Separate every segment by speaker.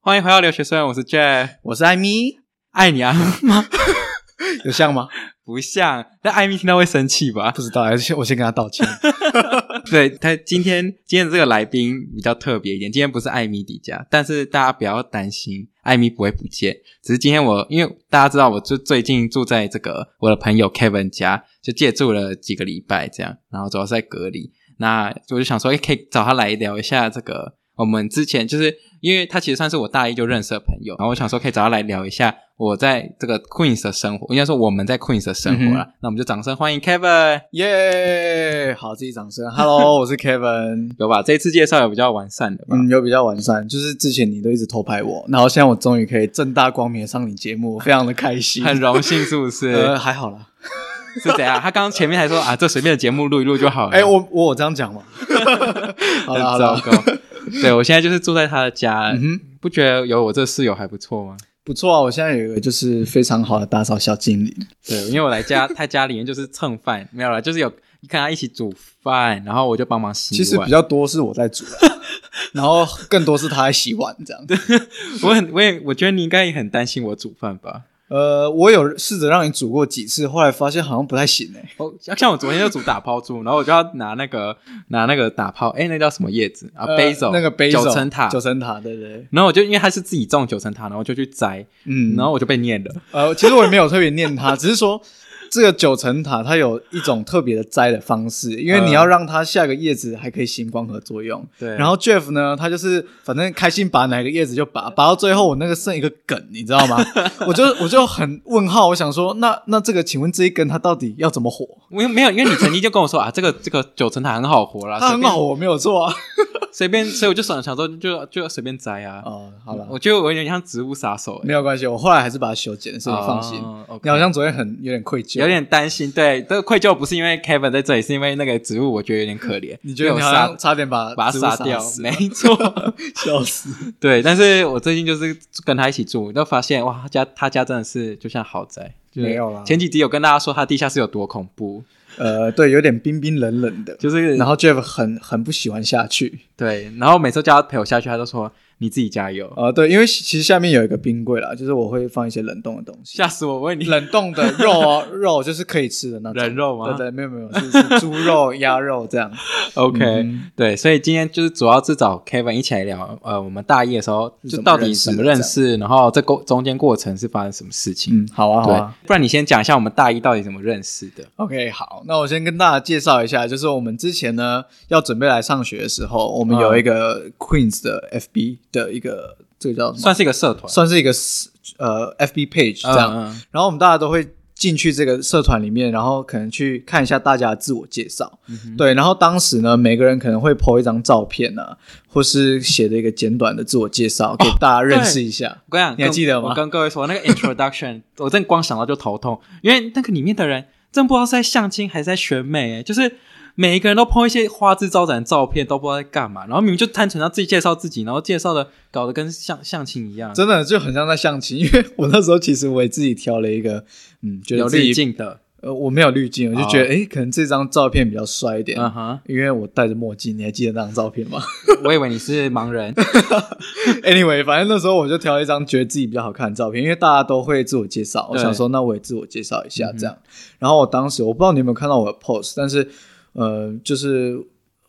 Speaker 1: 欢迎回到留学生，我是 J，
Speaker 2: 我是艾米，
Speaker 1: 爱你啊吗？
Speaker 2: 有像吗？
Speaker 1: 不像，但艾米听到会生气吧？
Speaker 2: 不知道，而且我先跟他道歉。
Speaker 1: 对他今天今天的这个来宾比较特别一点，今天不是艾米迪迦，但是大家不要担心，艾米不会不见。只是今天我因为大家知道，我就最近住在这个我的朋友 Kevin 家，就借住了几个礼拜这样，然后主要是在隔离。那我就想说，诶可以找他来聊一下这个我们之前就是因为他其实算是我大一就认识的朋友，然后我想说可以找他来聊一下我在这个 Queens 的生活，应该说我们在 Queens 的生活啦。那我们就掌声欢迎 Kevin。
Speaker 2: 耶、好，自己掌声。Hello，我是 Kevin。
Speaker 1: 有吧？这一次介绍有比较完善的吧？
Speaker 2: 嗯，有比较完善，就是之前你都一直偷拍我，然后现在我终于可以正大光明地上你节目，我非常的开心。
Speaker 1: 很荣幸是不是？
Speaker 2: 呃，还好啦。
Speaker 1: 是怎样？他刚刚前面还说啊，这随便的节目录一录就好了。
Speaker 2: 哎、我我有这样讲吗？ 好
Speaker 1: 很
Speaker 2: 了好
Speaker 1: 糟
Speaker 2: 了，
Speaker 1: 糕。对我现在就是住在他的家，
Speaker 2: 嗯哼，
Speaker 1: 不觉得有我这室友还不错吗？
Speaker 2: 不错啊，我现在有一个就是非常好的打扫小精灵。
Speaker 1: 对，因为我来家他家里面就是蹭饭，没有了，就是有跟他一起煮饭，然后我就帮忙洗碗。
Speaker 2: 其实比较多是我在煮 啊，然后更多是他在洗碗这样。
Speaker 1: 我很我也我觉得你应该也很担心我煮饭吧？
Speaker 2: 呃，我有试着让你煮过几次，后来发现好像不太行哎、
Speaker 1: 哦，像我昨天就煮打抛猪，然后我就要拿那个拿那个打抛，哎，那叫什么叶子啊？
Speaker 2: 呃
Speaker 1: 贝手
Speaker 2: 那个杯
Speaker 1: 九层塔
Speaker 2: 九。层塔，对对对，
Speaker 1: 然后我就因为他是自己种九层塔，然后我就去摘，
Speaker 2: 嗯，
Speaker 1: 然后我就被念了。
Speaker 2: 呃，其实我也没有特别念它，只是说这个九层塔它有一种特别的摘的方式，因为你要让它下个叶子还可以行光合作用。
Speaker 1: 嗯对
Speaker 2: 然后 Jeff 呢，他就是反正开心拔哪个叶子就拔，拔到最后我那个剩一个梗，你 知道吗？我就我就很问号，我想说，那那这个请问这一根它到底要怎么活？
Speaker 1: 我又没有，因为你曾经就跟我说啊，这个这个九层塔很好活啦，
Speaker 2: 它 很好，我没有 做啊。
Speaker 1: 随便，随便，所以我就想想说就就随便摘啊。
Speaker 2: 哦，好了，
Speaker 1: 我觉得我有点像植物杀手、欸，
Speaker 2: 没有关系，我后来还是把它修剪了，所以你放心。
Speaker 1: 哦，OK
Speaker 2: 你好像昨天很有点愧疚，
Speaker 1: 有点担心。对，这个愧疚不是因为 Kevin 在这里，是因为那个植物我觉得有点可怜，
Speaker 2: 你觉得
Speaker 1: 被
Speaker 2: 你
Speaker 1: 我
Speaker 2: 好
Speaker 1: 杀
Speaker 2: 像差点把
Speaker 1: 把它
Speaker 2: 植物
Speaker 1: 杀
Speaker 2: 杀
Speaker 1: 掉？
Speaker 2: 死
Speaker 1: 没 错，
Speaker 2: 笑死。
Speaker 1: 对。但是我最近就是跟他一起住，就发现哇，他家他家真的是就像豪宅。就是
Speaker 2: 没有啦
Speaker 1: 前几集有跟大家说他地下室有多恐怖，
Speaker 2: 呃，对，有点冰冰冷冷的。
Speaker 1: 就是
Speaker 2: 然后 Jeff 很很不喜欢下去，
Speaker 1: 对，然后每次叫他陪我下去，他都说你自己加油，
Speaker 2: 呃，对，因为其其实下面有一个冰柜啦，就是我会放一些冷冻的东西，
Speaker 1: 吓死我！我问你，
Speaker 2: 冷冻的肉哦， 肉就是可以吃的那种
Speaker 1: 人肉吗
Speaker 2: 对对，没有没有，是是猪肉、 鸭肉这样。
Speaker 1: OK，、
Speaker 2: 嗯
Speaker 1: 对，所以今天就是主要是找 Kevin 一起来聊，呃，我们大一的时候
Speaker 2: 是
Speaker 1: 就
Speaker 2: 怎么
Speaker 1: 到底
Speaker 2: 认识
Speaker 1: 怎么
Speaker 2: 的
Speaker 1: 认
Speaker 2: 这样
Speaker 1: 识，然后这过中间过程是发生什么事情？
Speaker 2: 嗯，好啊好啊。嗯
Speaker 1: 对，不然你先讲一下我们大一到底怎么认识的。
Speaker 2: OK，好，那我先跟大家介绍一下，就是我们之前呢要准备来上学的时候，我们有一个 Queens 的 FB 的一个这个叫什么？
Speaker 1: 算是一个社团，
Speaker 2: 算是一个呃 FB page 这样。
Speaker 1: 嗯嗯
Speaker 2: 然后我们大家都会进去这个社团里面，然后可能去看一下大家的自我介绍，
Speaker 1: 嗯
Speaker 2: 对。然后当时呢，每个人可能会 po 一张照片啊，或是写的一个简短的自我介
Speaker 1: 哦
Speaker 2: 绍，给大家认识一下。
Speaker 1: 我跟你讲，
Speaker 2: 你还
Speaker 1: 跟
Speaker 2: 记得吗
Speaker 1: 我跟各位说，那个 introduction，我 真光想到就头痛，因为那个里面的人真不知道是在相亲还是在选美、欸，就是每一个人都 po 一些花枝招展的照片，都不知道在干嘛，然后明明就单纯要自己介绍自己，然后介绍的搞得跟相相亲一样，
Speaker 2: 真的就很像在相亲，因为我那时候其实我也自己挑了一个，嗯，觉
Speaker 1: 有
Speaker 2: 得自
Speaker 1: 滤
Speaker 2: 己
Speaker 1: 镜哦的，
Speaker 2: 呃我没有滤镜，我就觉得诶，可能这张照片比较帅一点，
Speaker 1: 嗯哼。
Speaker 2: 因为我戴着墨镜，你还记得那张照片吗
Speaker 1: 我以为你是盲 人，
Speaker 2: ？Anyway，反正那时候我就挑了一张觉得自己比较好看的照片，因为大家都会自我介绍，我
Speaker 1: 对嗯
Speaker 2: 想说那我也自我介绍一下这样。然后我当时我不知道你有没有看到我的 post，但是呃就是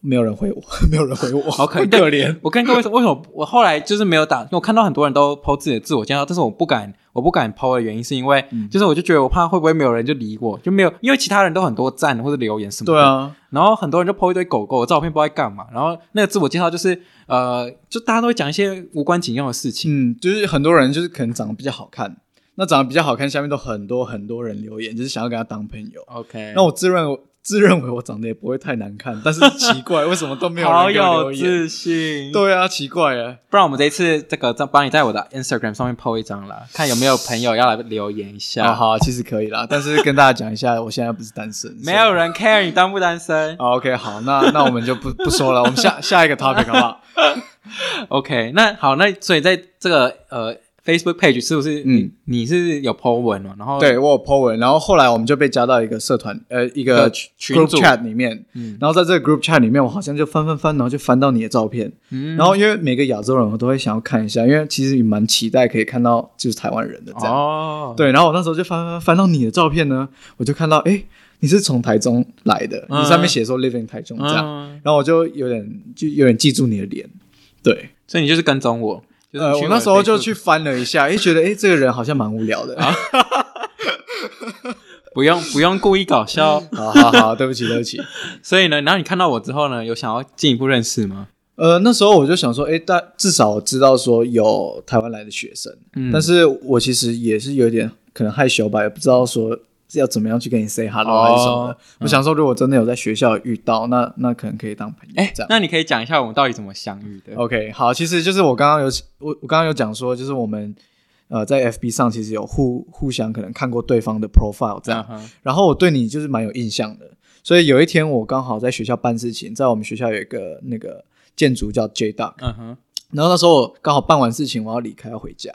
Speaker 2: 没有人回我， 没有人回我，
Speaker 1: 好 可
Speaker 2: 很可怜。
Speaker 1: 我跟各位说，为什么我后来就是没有打？因为我看到很多人都 PO 自己的自我介绍，但是我不敢，我不敢 PO 的原因是因为，
Speaker 2: 嗯
Speaker 1: 就是我就觉得我怕会不会没有人就理我，就没有，因为其他人都很多赞或者留言什么。
Speaker 2: 对，啊，
Speaker 1: 然后很多人就 PO 一堆狗狗的照片，不知道在干嘛。然后那个自我介绍就是，呃，就大家都会讲一些无关紧要的事情。
Speaker 2: 嗯，就是很多人就是可能长得比较好看，那长得比较好看，下面都很多很多人留言，就是想要跟他当朋友。
Speaker 1: OK，
Speaker 2: 那我自认为自认为我长得也不会太难看，但是奇怪，为什么都没 有
Speaker 1: 好
Speaker 2: 人给我留
Speaker 1: 有
Speaker 2: 言？
Speaker 1: 自信。，
Speaker 2: 对啊，奇怪哎，
Speaker 1: 不然我们这一次这个再帮你在我的 Instagram 上面 PO 一张啦，看有没有朋友要来留言一
Speaker 2: 好
Speaker 1: 下。
Speaker 2: 哦好，啊其实可以啦，但是跟大家讲一下，我现在不是单身，
Speaker 1: 没有人 care 你单不单 身。
Speaker 2: 好 OK，好，那那我们就不不说 了，我们下下一个 topic 好不好？
Speaker 1: OK，那好，那所以在这个呃 Facebook page 是不是？嗯
Speaker 2: 嗯，
Speaker 1: 你是有 po 文哦，然后
Speaker 2: 对我有 po 文，然后后来我们就被加到一个社团，呃，一
Speaker 1: 呃
Speaker 2: 个
Speaker 1: 群群
Speaker 2: group
Speaker 1: 组
Speaker 2: chat 里面。
Speaker 1: 嗯
Speaker 2: 然后在这个 group chat 里面，我好像就翻翻翻，然后就翻到你的照片。
Speaker 1: 嗯
Speaker 2: 然后因为每个亚洲人，我都会想要看一下，因为其实也蛮期待可以看到就是台湾人的这样。
Speaker 1: 哦，
Speaker 2: 对，然后我那时候就翻翻翻到你的照片呢，我就看到哎，诶你是从台中来的，
Speaker 1: 嗯
Speaker 2: 你上面写说 live in 台中这样，
Speaker 1: 嗯，
Speaker 2: 然后我就有点就有点记住你的脸。对，
Speaker 1: 所以你就是跟踪我，就是
Speaker 2: 呃，
Speaker 1: 去
Speaker 2: 我
Speaker 1: 的
Speaker 2: 那时候就
Speaker 1: Facebook
Speaker 2: 去翻了一下，哎，觉得哎，诶这个人好像蛮无 聊的。啊，
Speaker 1: 不用不用故意搞笑。
Speaker 2: 好好好，对不起，对不起。
Speaker 1: 所以呢，然后你看到我之后呢，有想要进一步认识吗？
Speaker 2: 呃，那时候我就想说，哎，但至少我知道说有台湾来的学生，
Speaker 1: 嗯
Speaker 2: 但是我其实也是有点可能害羞吧，也不知道说要怎么样去跟你 say hello、
Speaker 1: 哦
Speaker 2: 还是什么的。我想说，如果真的有在学校遇到，那那可能可以当朋友。
Speaker 1: 哎
Speaker 2: 这，样。
Speaker 1: 那你可以讲一下我们到底怎么相遇的？
Speaker 2: OK，好，其实就是我刚刚有我我刚刚有讲说，就是我们呃在 FB 上其实有互互相可能看过对方的 profile 这样，
Speaker 1: 嗯哼
Speaker 2: 然后我对你就是蛮有印象的，所以有一天我刚好在学校办事情，在我们学校有一个那个建筑叫 J Doc，
Speaker 1: 嗯哼，
Speaker 2: 然后那时候我刚好办完事情，我要离开要回家，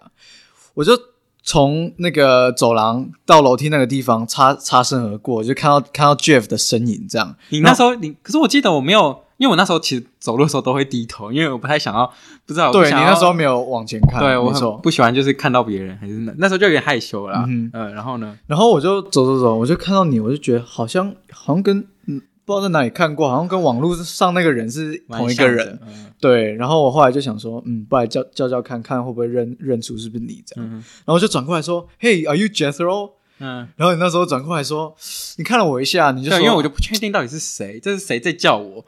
Speaker 2: 我就从那个走廊到楼梯那个地方擦擦身而过，就看到看到 Jeff 的身影这样，
Speaker 1: 你那时候你，可是我记得我没有，因为我那时候其实走路的时候都会低头，因为我不太想要，不知道我不
Speaker 2: 对你
Speaker 1: 想要
Speaker 2: 那时候没有往前看，
Speaker 1: 对我
Speaker 2: 没
Speaker 1: 很
Speaker 2: 错，
Speaker 1: 不喜欢，就是看到别人还是那那时候就有点害羞啦。嗯
Speaker 2: 嗯哼、
Speaker 1: 然后呢，
Speaker 2: 然后我就走走走，我就看到你，我就觉得好像好像跟嗯不知道在哪里看过，好像跟网络上那个人是
Speaker 1: 蛮
Speaker 2: 同一个
Speaker 1: 像
Speaker 2: 人
Speaker 1: 的。，嗯
Speaker 2: 对，然后我后来就想说，嗯，不来叫叫叫看看会不会认认出是不是你这样，
Speaker 1: 嗯哼
Speaker 2: 然后我就转过来说，Hey, are you Jethro？
Speaker 1: 嗯，
Speaker 2: 然后你那时候转过来说，你看了我一下，你就说，
Speaker 1: 对，因为我就不确定到底是谁，这是谁在叫我？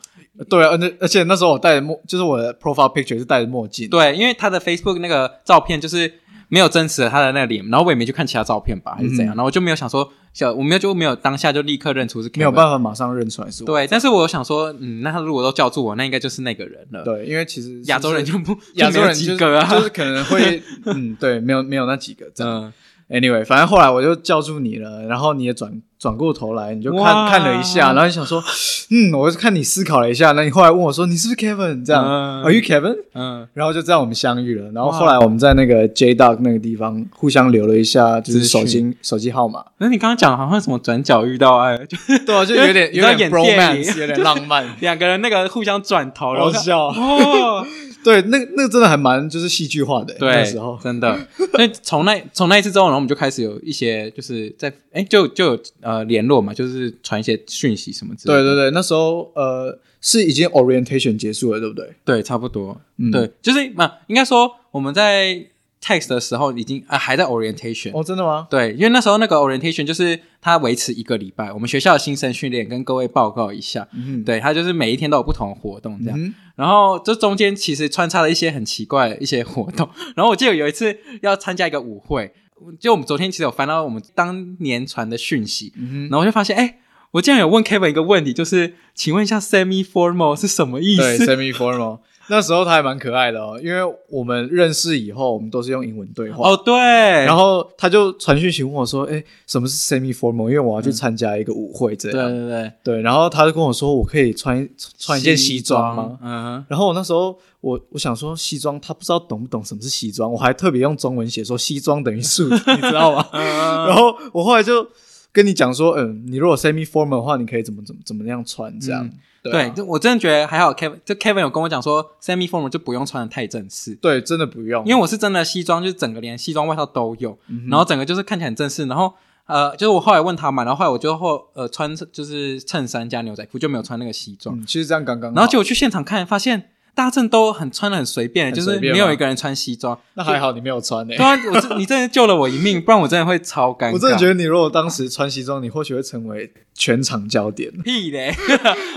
Speaker 2: 对，啊而且而且那时候我戴着墨，就是我的 profile picture 是戴着墨镜，
Speaker 1: 对，因为他的 Facebook 那个照片就是没有真实的他的那个脸，然后我也没去看其他照片吧，还是怎样，
Speaker 2: 嗯
Speaker 1: 然后我就没有想说，小我没有就没有当下就立刻认出是 Kevin,
Speaker 2: 没有办法马上认出来是我。
Speaker 1: 对，但是我想说，嗯，那他如果都叫住我，那应该就是那个人了。，
Speaker 2: 对，因为其实
Speaker 1: 亚洲人
Speaker 2: 就
Speaker 1: 就不
Speaker 2: 亚洲
Speaker 1: 就没
Speaker 2: 人就
Speaker 1: 有
Speaker 2: 是
Speaker 1: 几个啊，
Speaker 2: 就是可能会嗯，对，没有没有那几个这样。
Speaker 1: 嗯，
Speaker 2: Anyway，反正后来我就叫住你了，然后你也转转过头来，你就
Speaker 1: 哇
Speaker 2: 看看了一下，然后你想说， 嗯，我就看你思考了一下，那你后来问我说你是不是 Kevin 这样、
Speaker 1: 嗯
Speaker 2: a r e you Kevin？
Speaker 1: 嗯，
Speaker 2: 然后就这样我们相遇了，然后
Speaker 1: 哇
Speaker 2: 后来我们在那个 J Dog 那个地方互相留了一下，就是
Speaker 1: 资
Speaker 2: 手
Speaker 1: 讯
Speaker 2: 机手机号码，
Speaker 1: 那你刚刚讲好像什么转角遇到爱，就
Speaker 2: 对啊，就有点
Speaker 1: 你知道
Speaker 2: 有点
Speaker 1: 演电影，
Speaker 2: bromance，有点浪漫
Speaker 1: 两个人那个互相转头，然后
Speaker 2: 好
Speaker 1: 看
Speaker 2: 笑。
Speaker 1: 哦，
Speaker 2: 对，那那个真的还蛮就是戏剧化的，欸那
Speaker 1: 对
Speaker 2: 时候，
Speaker 1: 真的。所以从那从那一次之后，然后我们就开始有一些就是在哎，就就有呃联络嘛，就是传一些讯息什么之类
Speaker 2: 对
Speaker 1: 的。
Speaker 2: 对对，那时候呃是已经 orientation 结束了，对不对？
Speaker 1: 对，差不多。
Speaker 2: 嗯，
Speaker 1: 对，就是嘛，应该说我们在 text 的时候已经啊还在 orientation，
Speaker 2: 哦，真的吗？
Speaker 1: 对，因为那时候那个 orientation 就是它维持一个礼拜，我们学校的新生训练跟各位报告一下。
Speaker 2: 嗯，
Speaker 1: 对，它就是每一天都有不同的活动这样，
Speaker 2: 嗯
Speaker 1: 然后这中间其实穿插了一些很奇怪的一些活动。然后我记得有一次要参加一个舞会，就我们昨天其实有翻到我们当年传的讯息，
Speaker 2: 嗯
Speaker 1: 然后我就发现，哎，我竟然有问 Kevin 一个问题，就是请问一下 semi formal 是什么意
Speaker 2: 对
Speaker 1: 思？
Speaker 2: ，semi formal。那时候他还蛮可爱的哦，因为我们认识以后，我们都是用英文对话。
Speaker 1: 哦，对，
Speaker 2: 然后他就传讯息问我说：“哎，什么是 semi formal？” 因为我要去参加一个舞会，这
Speaker 1: 对
Speaker 2: 样、
Speaker 1: 对对，
Speaker 2: 对。然后他就跟我说：“我可以穿穿一件西装吗？”
Speaker 1: 嗯哼，
Speaker 2: 然后我那时候我我想说西装，他不知道懂不懂什么是西装，我还特别用中文写说西装等 于素，你知道吗？
Speaker 1: 嗯
Speaker 2: 然后我后来就跟你讲说，嗯，你如果 semi formal 的话，你可以怎么怎么怎么样穿这样
Speaker 1: 嗯。
Speaker 2: 对
Speaker 1: 对，
Speaker 2: 啊
Speaker 1: 就我真的觉得还好，Kevin 就 Kevin 有跟我讲说，semi formal 就不用穿的太正式，
Speaker 2: 对，真的不用，
Speaker 1: 因为
Speaker 2: 为
Speaker 1: 我是真的西装，就是整个连西装外套都有，
Speaker 2: 嗯
Speaker 1: 然后整个就是看起来很正式，然后呃，就是我后来问他嘛，然后后来我就后呃穿就是衬衫加牛仔裤，就没有穿那个西装，
Speaker 2: 嗯，其实这样刚刚好，
Speaker 1: 然后结果去现场看，发现大家真的都很穿的很随便，
Speaker 2: 很
Speaker 1: 就
Speaker 2: 随
Speaker 1: 是
Speaker 2: 便
Speaker 1: 没有
Speaker 2: 吗
Speaker 1: 一个人穿西装，
Speaker 2: 那还好你没有穿诶、
Speaker 1: 对啊，我真你真的救了我一命，不然我真的会超尴尬，
Speaker 2: 我真的觉
Speaker 1: 得
Speaker 2: 得你如果当时穿西装，你或许会成为全场焦点。
Speaker 1: 屁 嘞，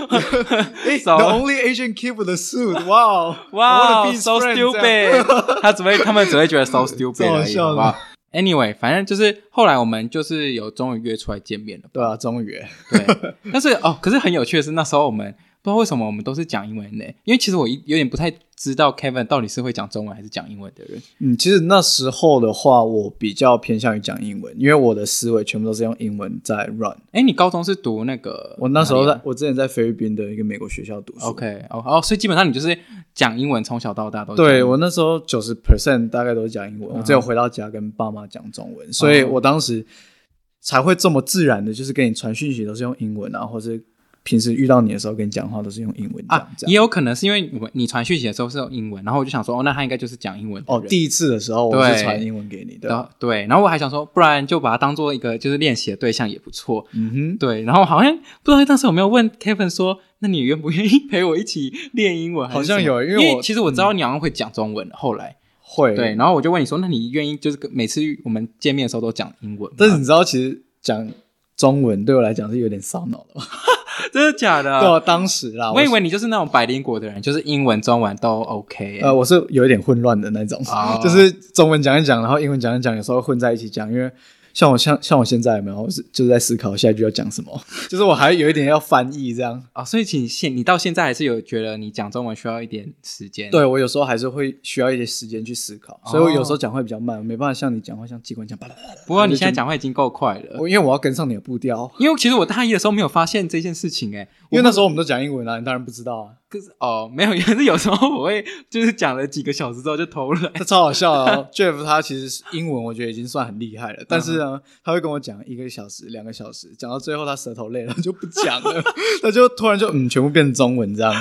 Speaker 2: The
Speaker 1: 走
Speaker 2: only Asian kid with a suit, wow,
Speaker 1: 哇、哦
Speaker 2: I wanna be his
Speaker 1: so
Speaker 2: friend，这样
Speaker 1: stupid！他只会，他们只会觉得 so stupid
Speaker 2: 超好
Speaker 1: 而已，
Speaker 2: 笑的
Speaker 1: 好不好？Anyway，反正就是后来我们就是有终于约出来见面了，
Speaker 2: 对啊，终于，
Speaker 1: 对。 但是哦，可是很有趣的是，那时候我们不知道为什么我们都是讲英文的，因为其实我一有点不太知道 Kevin 到底是会讲中文还是讲英文的人。
Speaker 2: 嗯，其实那时候的话，我比较偏向于讲英文，因为我的思维全部都是用英文在 run。
Speaker 1: 哎，你高中是读那个？
Speaker 2: 我那时候
Speaker 1: 哪里
Speaker 2: 在
Speaker 1: 啊。
Speaker 2: 我之前在菲律宾的一个美国学校读书
Speaker 1: OK，哦哦，所以基本上你就是讲英文，从小到大都讲
Speaker 2: 对我那时候九十 percent 大概都是讲英文，我只有回到家跟爸妈讲中文，所以我当时才会这么自然的，就是跟你传讯息都是用英文啊，或是平时遇到你的时候跟你讲话都是用英文讲
Speaker 1: 啊，
Speaker 2: 这
Speaker 1: 也
Speaker 2: 样。
Speaker 1: 有可能是因为我们你传讯息的时候是用英文，然后我就想说，哦，那他应该就是讲英文的
Speaker 2: 哦，啊
Speaker 1: 人
Speaker 2: 第一次的时候我是
Speaker 1: 对
Speaker 2: 传英文给你
Speaker 1: 然
Speaker 2: 的，
Speaker 1: 后对，然后我还想说，不然就把它当做一个就是练习的对象也不错。
Speaker 2: 嗯
Speaker 1: 对，然后好像不知道当时有没有问 Kevin 说，那你愿不愿意 陪我一起练英文还是什么？
Speaker 2: 好像有因
Speaker 1: 因
Speaker 2: 为我嗯
Speaker 1: 其实我知道你好像会讲中文，后来
Speaker 2: 哼，会。
Speaker 1: 对，然后我就问你说，那你愿意就是跟每次我们见面的时候都讲英文吗？
Speaker 2: 但是你知道，其实讲中文对我来讲是有点烧脑的嘛。
Speaker 1: 真的假的？
Speaker 2: 对啊，当时啦，
Speaker 1: 我以
Speaker 2: 是
Speaker 1: 为你就是那种百灵果的人，就是英文、中文都 OK、欸
Speaker 2: 呃，我是有一点混乱的那种，
Speaker 1: 哦
Speaker 2: 就是中文讲一讲，然后英文讲一讲，有时候混在一起讲，因为。像我像像我现在有没有，我是就是在思考下一句要讲什么，就是我还有一点要翻译这样。
Speaker 1: 哦，所以请现你到现在还是有觉得你讲中文需要一点时间。
Speaker 2: 对我有时候还是会需要一些时间去思考，所以我有时候讲话比较慢，我没办法像你讲话像机关枪，巴拉巴拉巴拉
Speaker 1: 不过你现在讲话已经够快了，
Speaker 2: 我因为我要跟上你的步调，
Speaker 1: 因为其实我大一的时候没有发现这件事情、欸，哎，
Speaker 2: 因为那时候我们都讲英文啊，你当然不知道啊，
Speaker 1: 可是哦没有，也 是有时候我会就是讲了几个小时之后就偷懒。
Speaker 2: 这超好笑啊！Jeff 他其实是英文我觉得已经算很厉害了，但是呢，他会跟我讲一个小时、两个小时，讲到最后他舌头累了就不讲了， 他就突然就嗯全部变中文这样。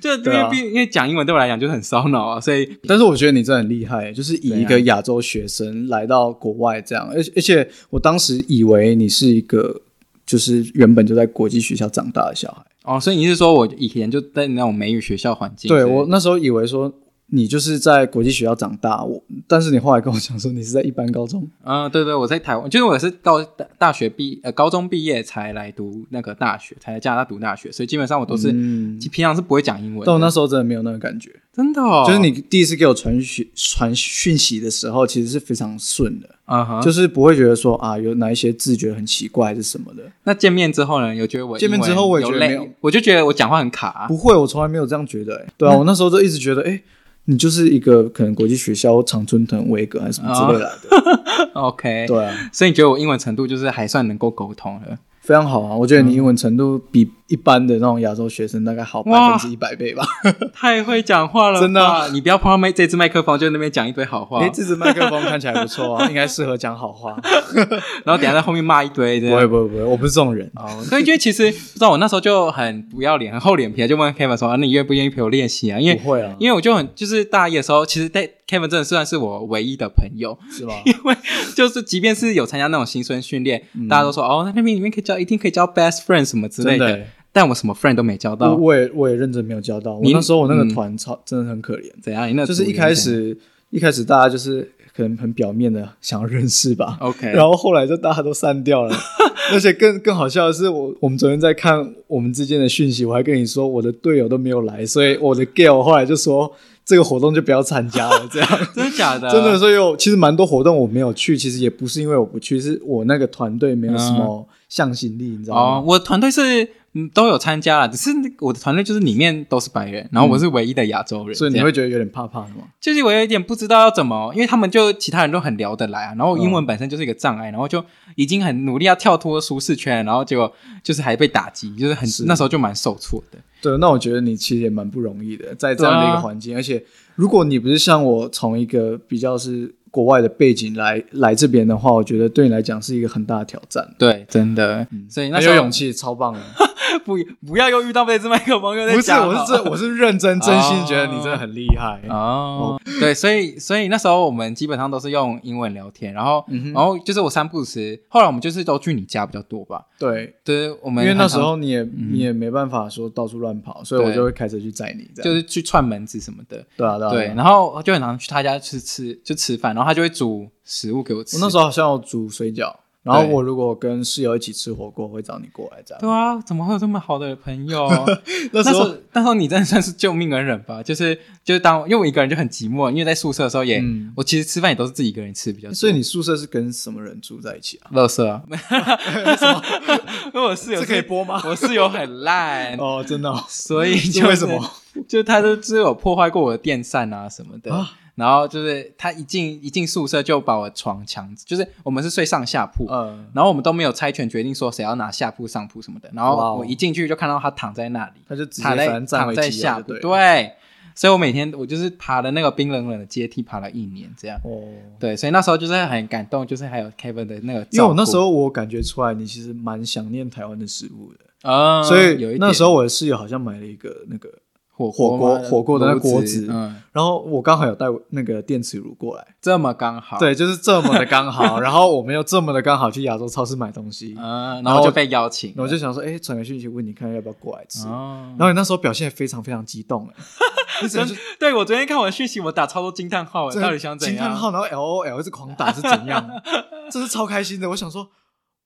Speaker 1: 就因
Speaker 2: 对
Speaker 1: 为
Speaker 2: 啊
Speaker 1: 毕、因为讲英文对我来讲就是很烧脑啊，所以
Speaker 2: 但是我觉得你真的很厉害，就是以
Speaker 1: 对
Speaker 2: 一个亚洲学生来到国外这样，而且而且我当时以为你是一个就是原本就在国际学校长大的小孩，
Speaker 1: 哦，所以你是说我以前就在那种美语学校环境？
Speaker 2: 对
Speaker 1: 所以
Speaker 2: 我那时候以为说。你就是在国际学校长大，我但是你后来跟我讲说你是在一般高中，
Speaker 1: 嗯，对对，我在台湾，就是我是到大大学毕呃高中毕业才来读那个大学，才来加拿大读大学，所以基本上我都是、
Speaker 2: 嗯，
Speaker 1: 平常是不会讲英文的。
Speaker 2: 但我那时候真的没有那个感觉，
Speaker 1: 真的、哦，
Speaker 2: 就是你第一次给我传讯传讯息的时候，其实是非常顺的，
Speaker 1: 嗯哼，
Speaker 2: 就是不会觉得说啊有哪一些字觉得很奇怪还是什么的，
Speaker 1: 那见面之后呢？有觉得我
Speaker 2: 见面之后
Speaker 1: 我
Speaker 2: 我也觉得没有
Speaker 1: 我就觉得我讲话很卡、 啊。
Speaker 2: 不会，我从来没有这样觉得、欸。对啊，我那时候就一直觉得，哎、你就是一个可能国际学校常春藤维格还是什么之类来的，
Speaker 1: OK，
Speaker 2: 对啊，
Speaker 1: 所以你觉得我英文程度就是还算能够沟通了？
Speaker 2: 非常好啊。我觉得你英文程度比一般的那种亚洲学生大概好百
Speaker 1: 哇
Speaker 2: 分之一百 倍吧。
Speaker 1: 太会讲话了吧，
Speaker 2: 真的啊
Speaker 1: 你不要碰到麦这只麦克风就在那边讲一堆好话，
Speaker 2: 哎、这支麦克风看起来不错啊，应该适合讲好话。
Speaker 1: 然后等一下在后面骂一堆
Speaker 2: 不
Speaker 1: 这
Speaker 2: 会
Speaker 1: 样。
Speaker 2: 不会不会，我不是这种人。啊
Speaker 1: 哦，所以因为其实不知道我那时候就很不要脸，很厚脸皮，就问 Kevin 说：“啊、你愿不愿意陪我练习啊？”因
Speaker 2: 不
Speaker 1: 为
Speaker 2: 会啊，
Speaker 1: 因为我就很就是大一的时候，其实在 Kevin 真的算是我唯一的朋友，
Speaker 2: 是吧？
Speaker 1: 就是即便是有参加那种新生训练，
Speaker 2: 嗯
Speaker 1: 大家都说哦，那那边里面可以交，一定可以交 best friend 什么之类
Speaker 2: 真的
Speaker 1: 的，
Speaker 2: 欸、
Speaker 1: 但我什么 friend 都没交
Speaker 2: 我
Speaker 1: 到。
Speaker 2: 我也我也认真没有交到。我
Speaker 1: 你
Speaker 2: 那时候我那
Speaker 1: 嗯
Speaker 2: 个团超、真的很可怜，
Speaker 1: 怎样？你那
Speaker 2: 就是一
Speaker 1: 组员怎
Speaker 2: 开
Speaker 1: 样
Speaker 2: 始一开始大家就是可能很表面的想要认识吧，
Speaker 1: 哦 OK，
Speaker 2: 然后后来就大家都散掉了。 而且更更好笑的是，我我们昨天在看我们之间的讯息，我还跟你说我的队友都没有来，所以我的 Gale 后来就说这个活动就不要参加了，这样。
Speaker 1: 真的假的？
Speaker 2: 真的，所以有其实蛮多活动我没有去，其实也不是因为我不去，是我那个团队没有什么向心力，你知道吗？
Speaker 1: 嗯哦，我团队是嗯都有参加了，只是那个我的团队就是里面都是白人，然后我是唯一的亚洲人，
Speaker 2: 嗯所以你
Speaker 1: 这样
Speaker 2: 会觉得有点怕怕的吗？
Speaker 1: 就是我有一点不知道要怎么，因为他们就其他人都很聊得来啊，然后英文本身就是一个障碍，然后就已经很努力要跳脱舒适圈，然后结果就是还被打击，就是很
Speaker 2: 是
Speaker 1: 那时候就蛮受挫的。
Speaker 2: 对，那我觉得你其实也蛮不容易的，在这样的一
Speaker 1: 对啊
Speaker 2: 个环境，而且如果你不是像我从一个比较是国外的背景来来这边的话，我觉得对你来讲是一个很大的挑战。
Speaker 1: 对，嗯真的，所以那
Speaker 2: 很
Speaker 1: 时
Speaker 2: 有
Speaker 1: 候
Speaker 2: 勇气，超棒的。
Speaker 1: 不不要又遇到这支麦克风又在
Speaker 2: 不是，
Speaker 1: 讲啊哦
Speaker 2: 我是
Speaker 1: 好
Speaker 2: 真，我是认真真心觉得你
Speaker 1: 哦
Speaker 2: 真的很厉害。啊
Speaker 1: 哦，对，所以所以那时候我们基本上都是用英文聊天，然后、然后就是我三不五时，后来我们就是都去你家比较多吧，
Speaker 2: 对，
Speaker 1: 对，我
Speaker 2: 因
Speaker 1: 们
Speaker 2: 为那
Speaker 1: 很
Speaker 2: 时
Speaker 1: 常
Speaker 2: 候你也你也没办法说到处乱跑，所以我
Speaker 1: 嗯对
Speaker 2: 就会开车去载你，这
Speaker 1: 就
Speaker 2: 样。
Speaker 1: 是去串门子什么的，
Speaker 2: 对啊，对啊。
Speaker 1: 对，
Speaker 2: 啊
Speaker 1: 然后就很常去他家吃吃就吃饭，然后他就会煮食物给我吃。
Speaker 2: 我那时
Speaker 1: 候
Speaker 2: 候好像有煮水饺，然后
Speaker 1: 对
Speaker 2: 我如果跟室友一起吃火锅，会找你过来这样。
Speaker 1: 对啊，怎么会有这么好的朋友？
Speaker 2: 那时
Speaker 1: 时
Speaker 2: 候，
Speaker 1: 那时候你真的算是救命恩人吧？就是就是当因为我一个人就很寂寞，因为在宿舍的时候也，
Speaker 2: 嗯
Speaker 1: 我其实吃饭也都是自己一个人吃比较多。
Speaker 2: 所以你宿舍是跟什么人住在一起啊？
Speaker 1: 乐色 啊？因为我室友
Speaker 2: 这
Speaker 1: 是
Speaker 2: 可以播吗？
Speaker 1: 我室友很烂，
Speaker 2: 哦，真 的哦、
Speaker 1: 所以
Speaker 2: 是
Speaker 1: 就是
Speaker 2: 为什么？
Speaker 1: 就他都就是有破坏过我的电扇啊什么的。
Speaker 2: 啊
Speaker 1: 然后就是他一进一进宿舍就把我床抢，就是我们是睡上下铺，
Speaker 2: 嗯，
Speaker 1: 然后我们都没有猜拳决定说谁要拿下铺、上铺什么的。然
Speaker 2: 哇
Speaker 1: 后
Speaker 2: 哦
Speaker 1: 我一进去就看到他躺在那里，
Speaker 2: 他就直接
Speaker 1: 躺
Speaker 2: 反
Speaker 1: 在
Speaker 2: 正占
Speaker 1: 躺
Speaker 2: 为
Speaker 1: 在
Speaker 2: 己有
Speaker 1: 下
Speaker 2: 就
Speaker 1: 铺，
Speaker 2: 对了，啊
Speaker 1: 对。所以我每天我就是爬了那个冰冷冷的阶梯，爬了一年这样。
Speaker 2: 哦，
Speaker 1: 对，所以那时候就是很感动，就是还有 Kevin 的那个照顾，
Speaker 2: 因为我那时候我感觉出来，你其实蛮想念台湾的食物的，
Speaker 1: 啊，
Speaker 2: 所
Speaker 1: 有
Speaker 2: 以
Speaker 1: 一
Speaker 2: 那
Speaker 1: 点
Speaker 2: 时候我的室友好像买了一个那个，
Speaker 1: 火
Speaker 2: 火
Speaker 1: 锅
Speaker 2: 锅
Speaker 1: 吗
Speaker 2: 火锅的那锅子
Speaker 1: 嗯，
Speaker 2: 然后我刚好有带那个电磁炉过来，
Speaker 1: 这么刚好，
Speaker 2: 对，就是这么的刚 好，然后我们又这么的刚好去亚洲超市买东西，然
Speaker 1: 嗯，然
Speaker 2: 然
Speaker 1: 后
Speaker 2: 后
Speaker 1: 就被邀请了，
Speaker 2: 后我就想说，哎，传个讯息问你看要不要过来吃，
Speaker 1: 哦
Speaker 2: 然，后你那时候表现得非常非常激 动，哎，你整个就
Speaker 1: 对我昨天看我的讯息，我打超多惊叹号，哎到底想怎样？
Speaker 2: 惊叹号，然后 L O L 一直狂打是怎 样？这是超开心的。我想说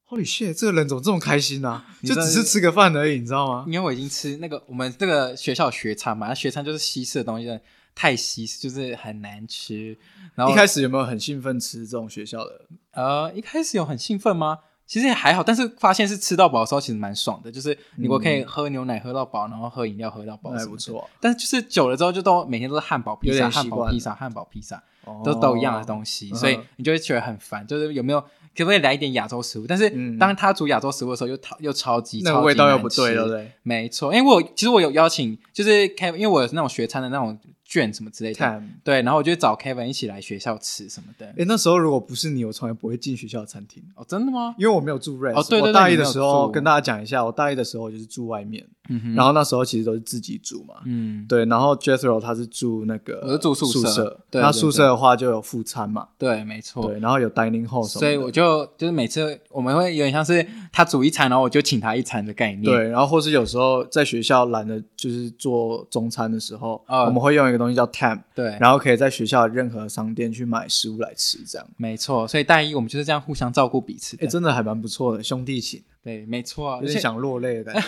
Speaker 2: ，Holy shit，这个人怎么这么开心啊？
Speaker 1: 你
Speaker 2: 就
Speaker 1: 真
Speaker 2: 只
Speaker 1: 的
Speaker 2: 是
Speaker 1: 是
Speaker 2: 吃个饭而已，你知道吗？
Speaker 1: 因为我已经吃那个我们这个学校有学餐嘛，那学餐就是西式的东西，真的太西式就是很难吃。然后
Speaker 2: 一开始有没有很兴奋吃这种学校的？
Speaker 1: 呃一开始有很兴奋吗？其实也还好，但是发现是吃到饱的时候，其实蛮爽的，就是你我可以喝牛奶喝到饱，然后喝饮料喝到饱，
Speaker 2: 还嗯哎不。错，
Speaker 1: 但是就是久了之后，就都每天都是汉堡披
Speaker 2: 有
Speaker 1: 萨、
Speaker 2: 点
Speaker 1: 汉
Speaker 2: 习惯
Speaker 1: 堡
Speaker 2: 了
Speaker 1: 披萨、汉堡披萨，
Speaker 2: 哦
Speaker 1: 都都一样的东西，
Speaker 2: 嗯
Speaker 1: 所以你就会觉得很烦，就是有没有可不可以来一点亚洲食物？但是
Speaker 2: 嗯
Speaker 1: 当他煮亚洲食物的时候，又超又超级
Speaker 2: 哦那个味道又不对，对不
Speaker 1: 对？
Speaker 2: 对？
Speaker 1: 没错，因为我其实我有邀请，就是 Kevin，因为我有那种学餐的那种券什么之类的，
Speaker 2: 看，
Speaker 1: 对，然后我就找 Kevin 一起来学校吃什么的。
Speaker 2: 哎，那时候如果不是你，我从来不会进学校的餐厅。
Speaker 1: 哦，真的吗？
Speaker 2: 因为我没有住 r e
Speaker 1: 哦对对对
Speaker 2: 我大一
Speaker 1: 你没
Speaker 2: 的
Speaker 1: 有
Speaker 2: 时候
Speaker 1: 住
Speaker 2: 跟大家讲一下，我大一的时候就是住外面，
Speaker 1: 嗯哼，
Speaker 2: 然后那时候其实都是自己住嘛，
Speaker 1: 嗯，
Speaker 2: 对，然后 Jethro 他是住那个，
Speaker 1: 我是住宿
Speaker 2: 宿
Speaker 1: 舍对
Speaker 2: 那
Speaker 1: 对
Speaker 2: 宿舍的话就有副餐嘛，
Speaker 1: 对，没错。
Speaker 2: 对，然后有 dining hall 什
Speaker 1: 哦
Speaker 2: 么的，
Speaker 1: 所以我就就是每次我们会有点像是他煮一餐，然后我就请他一餐的概念。，
Speaker 2: 对，然后或是有时候在学校懒得就是做中餐的时候，
Speaker 1: 哦
Speaker 2: 我们会用一个东西叫 Tam，
Speaker 1: 对
Speaker 2: 然后可以在学校任何商店去买食物来吃，这样，
Speaker 1: 没错。所以大一我们就是这样互相照顾彼此的。
Speaker 2: 哎，真的还蛮不错的，兄弟情，
Speaker 1: 对，没错。
Speaker 2: 有
Speaker 1: 而且
Speaker 2: 点想落 泪的感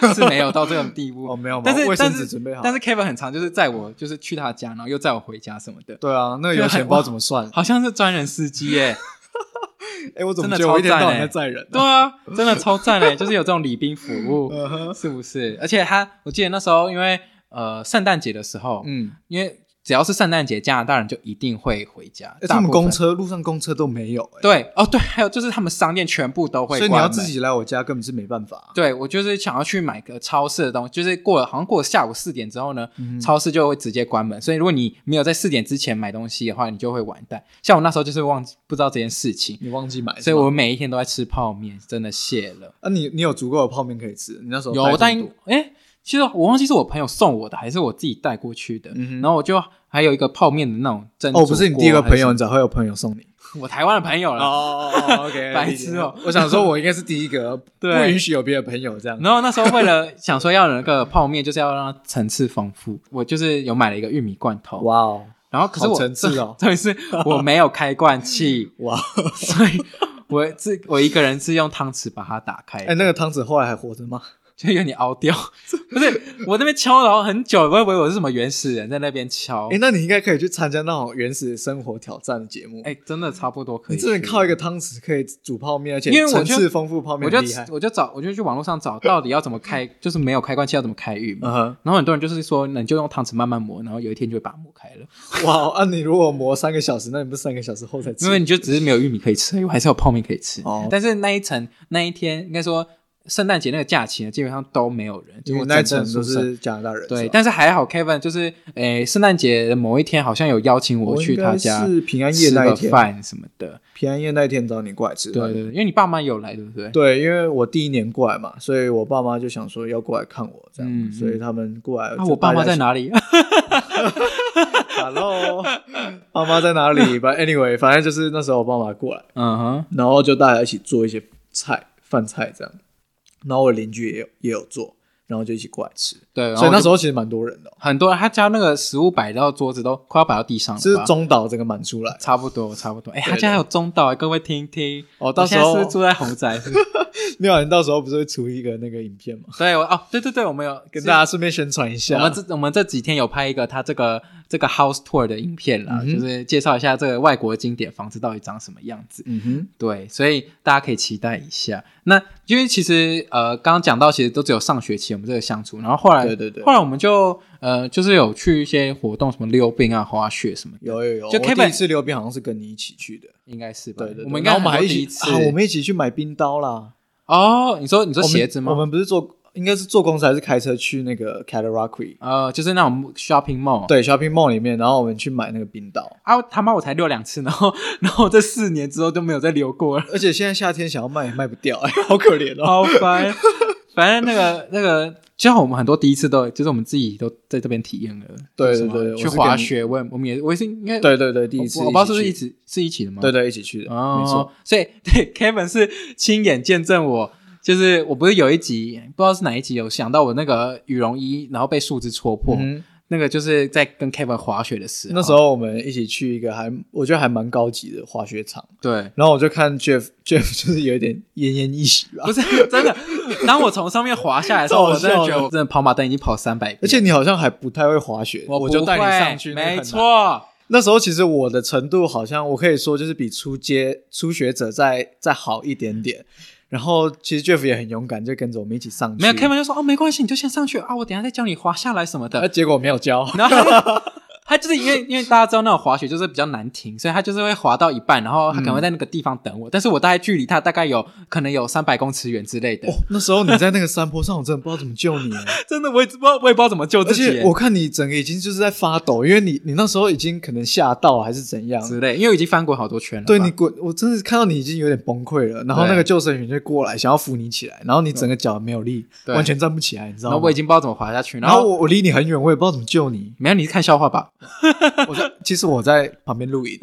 Speaker 2: 觉，
Speaker 1: 是没有到这种地步。
Speaker 2: 哦，没有吗？
Speaker 1: 但是
Speaker 2: 卫
Speaker 1: 但
Speaker 2: 生纸
Speaker 1: 是
Speaker 2: 准备好，
Speaker 1: 但是 Kevin 很常就是载我，就是去他家，然后又载我回家什么的，
Speaker 2: 对啊，那个油钱包怎 么算？
Speaker 1: 好像是专人司机耶、
Speaker 2: 哎，我怎么
Speaker 1: 真的
Speaker 2: 觉得我一天
Speaker 1: 超赞
Speaker 2: 到晚
Speaker 1: 欸
Speaker 2: 在载人
Speaker 1: 对
Speaker 2: 啊？
Speaker 1: 啊，真的超赞嘞、就是有这种礼宾服务，
Speaker 2: 嗯哼
Speaker 1: 是不是？而且他，我记得那时候因为呃圣诞节的时候，
Speaker 2: 嗯，
Speaker 1: 因为只要是圣诞节，加拿大人就一定会回家，
Speaker 2: 哎
Speaker 1: 大
Speaker 2: 他
Speaker 1: 部
Speaker 2: 们
Speaker 1: 分
Speaker 2: 公车路上公车都没有，哎，
Speaker 1: 对哦对，还有就是他们商店全部都会，欸
Speaker 2: 所以你要自。己来我家根本是没办法啊。
Speaker 1: 对，我就是想要去买个超市的东西，就是过了好像过了下午四点之后呢，
Speaker 2: 嗯
Speaker 1: 超市就会直接关门。所以如果你没有在四点之前买东西的话，你就会完蛋。像我那时候就是忘记不知道这件事情，
Speaker 2: 你忘记买是吗，
Speaker 1: 所以我每一天都在吃泡面，真的谢了。
Speaker 2: 啊，你你有足够的泡面可以吃，你那时候
Speaker 1: 有，
Speaker 2: 带这么
Speaker 1: 但
Speaker 2: 多
Speaker 1: 哎，其实我忘记是我朋友送我的，还是我自己带过去的。
Speaker 2: 嗯哼
Speaker 1: 然后我就还有一个泡面的那种蒸
Speaker 2: 哦，不是你第一个朋友，
Speaker 1: 还
Speaker 2: 你才会有朋友送你
Speaker 1: 是我台湾的朋友了。
Speaker 2: 哦哦，OK，
Speaker 1: 白痴哦
Speaker 2: 我想说，我应该是第一个，
Speaker 1: 对
Speaker 2: 不允许有别的朋友这 样。
Speaker 1: 然后那时候为了想说要有那个泡面，就是要让它层次丰富，我就是有买了一个玉米罐头。
Speaker 2: 哇哦，
Speaker 1: 然后可是我
Speaker 2: 好层 次哦
Speaker 1: 重点是我没有开罐 器，
Speaker 2: 哇，哦
Speaker 1: 所以我自我一个人是用汤匙把它打开，
Speaker 2: 哎，那个汤子后来还活着吗？
Speaker 1: 就有点凹掉。不是我那边敲了很久，我以为我是什么原始人在那边敲。
Speaker 2: 哎，那你应该可以去参加那种原始生活挑战的节目。
Speaker 1: 哎、真的差不多可以
Speaker 2: 你
Speaker 1: 去。
Speaker 2: 真的靠一个汤匙可以煮泡面，而且
Speaker 1: 因为我
Speaker 2: 层
Speaker 1: 就
Speaker 2: 次丰富泡
Speaker 1: 我
Speaker 2: 面
Speaker 1: 就
Speaker 2: 很厉害。
Speaker 1: 我就找我就去网络上找到底要怎么开，就是没有开罐器要怎么开玉米。
Speaker 2: 嗯哼，
Speaker 1: 然后很多人就是说，那你就用汤匙慢慢磨，然后有一天就会把它磨开了，
Speaker 2: 哇哦，啊，你如果磨三个小时，那你不是三个小时后才吃？
Speaker 1: 因为你就只是没有玉米可以吃，因为还是有泡面可以吃。
Speaker 2: 哦
Speaker 1: 但是那一层那一天，应该说圣诞节那个假期呢，基本上都没有人，
Speaker 2: 因
Speaker 1: 就
Speaker 2: 为
Speaker 1: 我
Speaker 2: 那一
Speaker 1: 整栋
Speaker 2: 层都
Speaker 1: 宿舍
Speaker 2: 是加拿大人，
Speaker 1: 对，
Speaker 2: 是啊吧
Speaker 1: 但是还好 Kevin 就是诶，圣诞节的某一天好像有邀请
Speaker 2: 我
Speaker 1: 去
Speaker 2: 应
Speaker 1: 他
Speaker 2: 该
Speaker 1: 家
Speaker 2: 是平安夜
Speaker 1: 吃
Speaker 2: 那一
Speaker 1: 个
Speaker 2: 天，
Speaker 1: 饭什么的。
Speaker 2: 平安夜那一天找你过来吃
Speaker 1: 对
Speaker 2: 饭。
Speaker 1: 对，对因为你爸妈有来，对不对？
Speaker 2: 对，因为我第一年过来嘛，所以我爸妈就想说要过来看我这样，
Speaker 1: 嗯嗯
Speaker 2: 所以他们过来。
Speaker 1: 啊，我爸妈在？哪里？
Speaker 2: Hello，爸 妈在哪里？反 anyway，反正就是那时候我爸妈过来，
Speaker 1: 嗯哼，
Speaker 2: 然后就大家一起做一些菜、饭菜这样，然后我邻居也有也有做，然后就一起过来吃。
Speaker 1: 对，
Speaker 2: 所以那时
Speaker 1: 候
Speaker 2: 候其实蛮多人的哦、
Speaker 1: 很多人他家那个食物摆到桌子都快要摆到地上了吧，
Speaker 2: 就是中岛整个满出来。
Speaker 1: 差不多差不多。哎，他
Speaker 2: 对
Speaker 1: 家还有中岛，各位听听。
Speaker 2: 哦，到时
Speaker 1: 我 现在
Speaker 2: 候
Speaker 1: 是不是住在豪宅？ 是不是
Speaker 2: 没有，你到时候不是会出一个那个影片吗？
Speaker 1: 对，我哦，对对对，我们有
Speaker 2: 跟
Speaker 1: 是
Speaker 2: 大家顺便宣传一下。
Speaker 1: 我们这我们这几天有拍一个他这个这个 house tour 的影片啦，
Speaker 2: 嗯哼
Speaker 1: 就是介绍一下这个外国经典房子到底长什么样子。
Speaker 2: 嗯哼，
Speaker 1: 对，所以大家可以期待一下。那因为其实呃，刚刚讲到，其实都只有上学期我们这个相处，然后后来
Speaker 2: 对对对
Speaker 1: 后来我们就呃，就是有去一些活动，什么溜冰啊、滑雪什么的，
Speaker 2: 有有有，
Speaker 1: 就
Speaker 2: 我
Speaker 1: Kevin-
Speaker 2: 第一次溜冰好像是跟你一起去的。
Speaker 1: 应该是吧？
Speaker 2: 对对对，
Speaker 1: 我们应
Speaker 2: 然
Speaker 1: 该
Speaker 2: 后我
Speaker 1: 很
Speaker 2: 们还
Speaker 1: 多
Speaker 2: 一
Speaker 1: 第一
Speaker 2: 起
Speaker 1: 次，
Speaker 2: 啊，我们一起去买冰刀啦。
Speaker 1: 哦，你说你说
Speaker 2: 我们
Speaker 1: 鞋子吗？
Speaker 2: 我们不是做应该是坐公司还是开车去那个 c a t a r a q u i
Speaker 1: 呃，就是那种 shopping mall。
Speaker 2: 对 shopping mall 里面，然后我们去买那个冰岛。
Speaker 1: 啊，他妈我才溜两次，然后然后这四年之后都没有再溜过了，
Speaker 2: 而且现在夏天想要卖也卖不掉， 哎，好可怜哦。
Speaker 1: 好烦。反正那个那个，就像我们很多第一次都，就是我们自己都在这边体验了。
Speaker 2: 对
Speaker 1: 什么
Speaker 2: 对对
Speaker 1: 去
Speaker 2: 我是
Speaker 1: 滑
Speaker 2: 跟你
Speaker 1: 雪，我也我们也我也是应该
Speaker 2: 对对对，第
Speaker 1: 我
Speaker 2: 一次
Speaker 1: 我不知道是不是
Speaker 2: 起
Speaker 1: 一
Speaker 2: 去
Speaker 1: 起是一起的吗？
Speaker 2: 对对一起去的，
Speaker 1: 哦，
Speaker 2: 没错。
Speaker 1: 所以 对 Kevin 是亲眼见证我，就是我不是有一集不知道是哪一集有想到我那个羽绒衣，然后被树枝戳破，
Speaker 2: 嗯哼，
Speaker 1: 那个就是在跟 Kevin 滑雪的时候。
Speaker 2: 那时候我们一起去一个还我觉得还蛮高级的滑雪场，
Speaker 1: 对，
Speaker 2: 然后我就看 Jeff Jeff 就是有一点奄奄一息啦
Speaker 1: 不，是 真的。当我从上面滑下来的时候，
Speaker 2: 超
Speaker 1: 我
Speaker 2: 好笑
Speaker 1: 真
Speaker 2: 的
Speaker 1: 的觉得我真的跑马灯已经跑三百遍，
Speaker 2: 而且你好像还不太会滑雪，
Speaker 1: 我不
Speaker 2: 我就带你
Speaker 1: 会
Speaker 2: 上去，那个很
Speaker 1: 没
Speaker 2: 难。
Speaker 1: 错，
Speaker 2: 那时候其实我的程度好像我可以说就是比初阶初学者再再好一点点。然后其实 Jeff 也很勇敢，就跟着我们一起上去。
Speaker 1: 没有 Kevin 就说哦没关系，你就先上去啊，我等一下再教你滑下来什么的
Speaker 2: 啊，。结果没有教。
Speaker 1: 然后他就他就是因为因为大家知道那种滑雪就是比较难停，所以他就是会滑到一半，然后他可能会在那个地方等我，但是我大概距离他大概有可能有三百公尺远之类的。
Speaker 2: 哦，那时候你在那个山坡上，我真的不知道怎么救 你。
Speaker 1: 真的，我也不知道我也不知道怎么救
Speaker 2: 而
Speaker 1: 自己
Speaker 2: 且
Speaker 1: 耶
Speaker 2: 我看你整个已经就是在发抖，因为你你那时候已经可能吓到还是怎样。
Speaker 1: 之类，因为我已经翻滚好多圈了吧。
Speaker 2: 对你滚，我真的看到你已经有点崩溃了。然后
Speaker 1: 对
Speaker 2: 那个救生员就过来想要扶你起来，然后你整个脚没有力，
Speaker 1: 对
Speaker 2: 完全站不起来，你知道
Speaker 1: 然
Speaker 2: 吗
Speaker 1: 后？我已经不知道怎么滑下去，
Speaker 2: 然
Speaker 1: 然
Speaker 2: 后
Speaker 1: 后
Speaker 2: 我我离你很远，我也不知道怎么救你。
Speaker 1: 没有你是看笑话吧？
Speaker 2: 我在其实我在旁 边录影，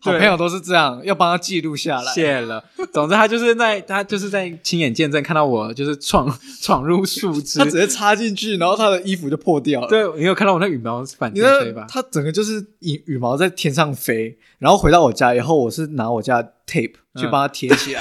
Speaker 2: 好朋友都是这样，要帮他记录下来。
Speaker 1: 谢了。总之，他就是在他就是在亲眼见证看到我就是闯 闯入树枝
Speaker 2: 他，直接插进去，然后他的衣服就破掉了。，
Speaker 1: 对，你有看到我那羽毛反
Speaker 2: 你
Speaker 1: 正
Speaker 2: 那
Speaker 1: 飞吧？
Speaker 2: 他整个就是羽羽毛在天上飞，然后回到我家以后，我是拿我家的 tape
Speaker 1: 嗯
Speaker 2: 去帮他贴 起来。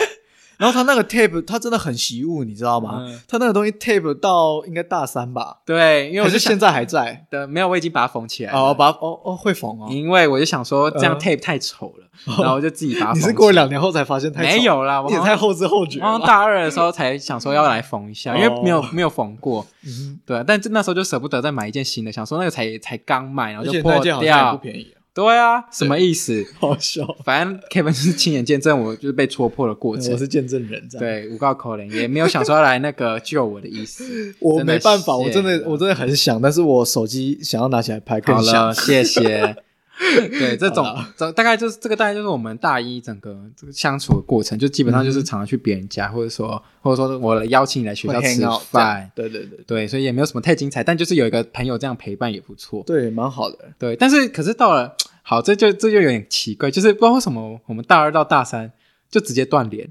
Speaker 2: 然后他那个 tape，他真的很习物，你知道吗？
Speaker 1: 嗯
Speaker 2: 他那个东西 tape 到应该大三吧，
Speaker 1: 对，因为我
Speaker 2: 还是
Speaker 1: 就
Speaker 2: 现
Speaker 1: 想
Speaker 2: 在 还在。
Speaker 1: 的没有，我已经把它缝起来了。
Speaker 2: 哦，把它哦哦会缝哦。
Speaker 1: 因为我就想说这样
Speaker 2: 嗯哦
Speaker 1: tape 太丑了，然后我就自己把它。
Speaker 2: 你是过了两年后才发现太丑
Speaker 1: 没，有啦，我
Speaker 2: 你也
Speaker 1: 好
Speaker 2: 太
Speaker 1: 像
Speaker 2: 后知后觉
Speaker 1: 我
Speaker 2: 了吧。
Speaker 1: 好像大二的时候才想说要来缝一下，因为没有
Speaker 2: 哦
Speaker 1: 没有缝过，
Speaker 2: 嗯
Speaker 1: 对，啊但那时候就舍不得再买一件新的，想说那个才才刚买，然后
Speaker 2: 而
Speaker 1: 就
Speaker 2: 且
Speaker 1: 破
Speaker 2: 那件好像也不
Speaker 1: 掉，
Speaker 2: 便宜啊，
Speaker 1: 对啊，什么意思？
Speaker 2: 好笑。
Speaker 1: 反正 Kevin 就是亲眼见证我就是被戳破的过程
Speaker 2: 我，是见证人，这样。
Speaker 1: 对，五告口令也没有想说要来那个救我的意 思，
Speaker 2: 我没办法，我
Speaker 1: 真
Speaker 2: 真
Speaker 1: 的谢啊
Speaker 2: 的我真的很想，但是我手机想要拿起来拍
Speaker 1: 好
Speaker 2: 更想
Speaker 1: 了，。谢 谢。对，这种
Speaker 2: 好了
Speaker 1: 这大概就是这个，大概就是我们大一整个这个相处的过程，就基本上
Speaker 2: 嗯
Speaker 1: 就是常常去别人家，或者说或者说我来邀请你来学校
Speaker 2: 会
Speaker 1: 吃
Speaker 2: hang out 这样
Speaker 1: 饭，，
Speaker 2: 对对对
Speaker 1: 对，所以也没有什么太精彩，但就是有一个朋友这样陪伴也不错，
Speaker 2: 对，蛮好的。
Speaker 1: 对。但是可是到了好，这就这就有点奇怪，就是不知道为什么我们大二到大三就直接断联，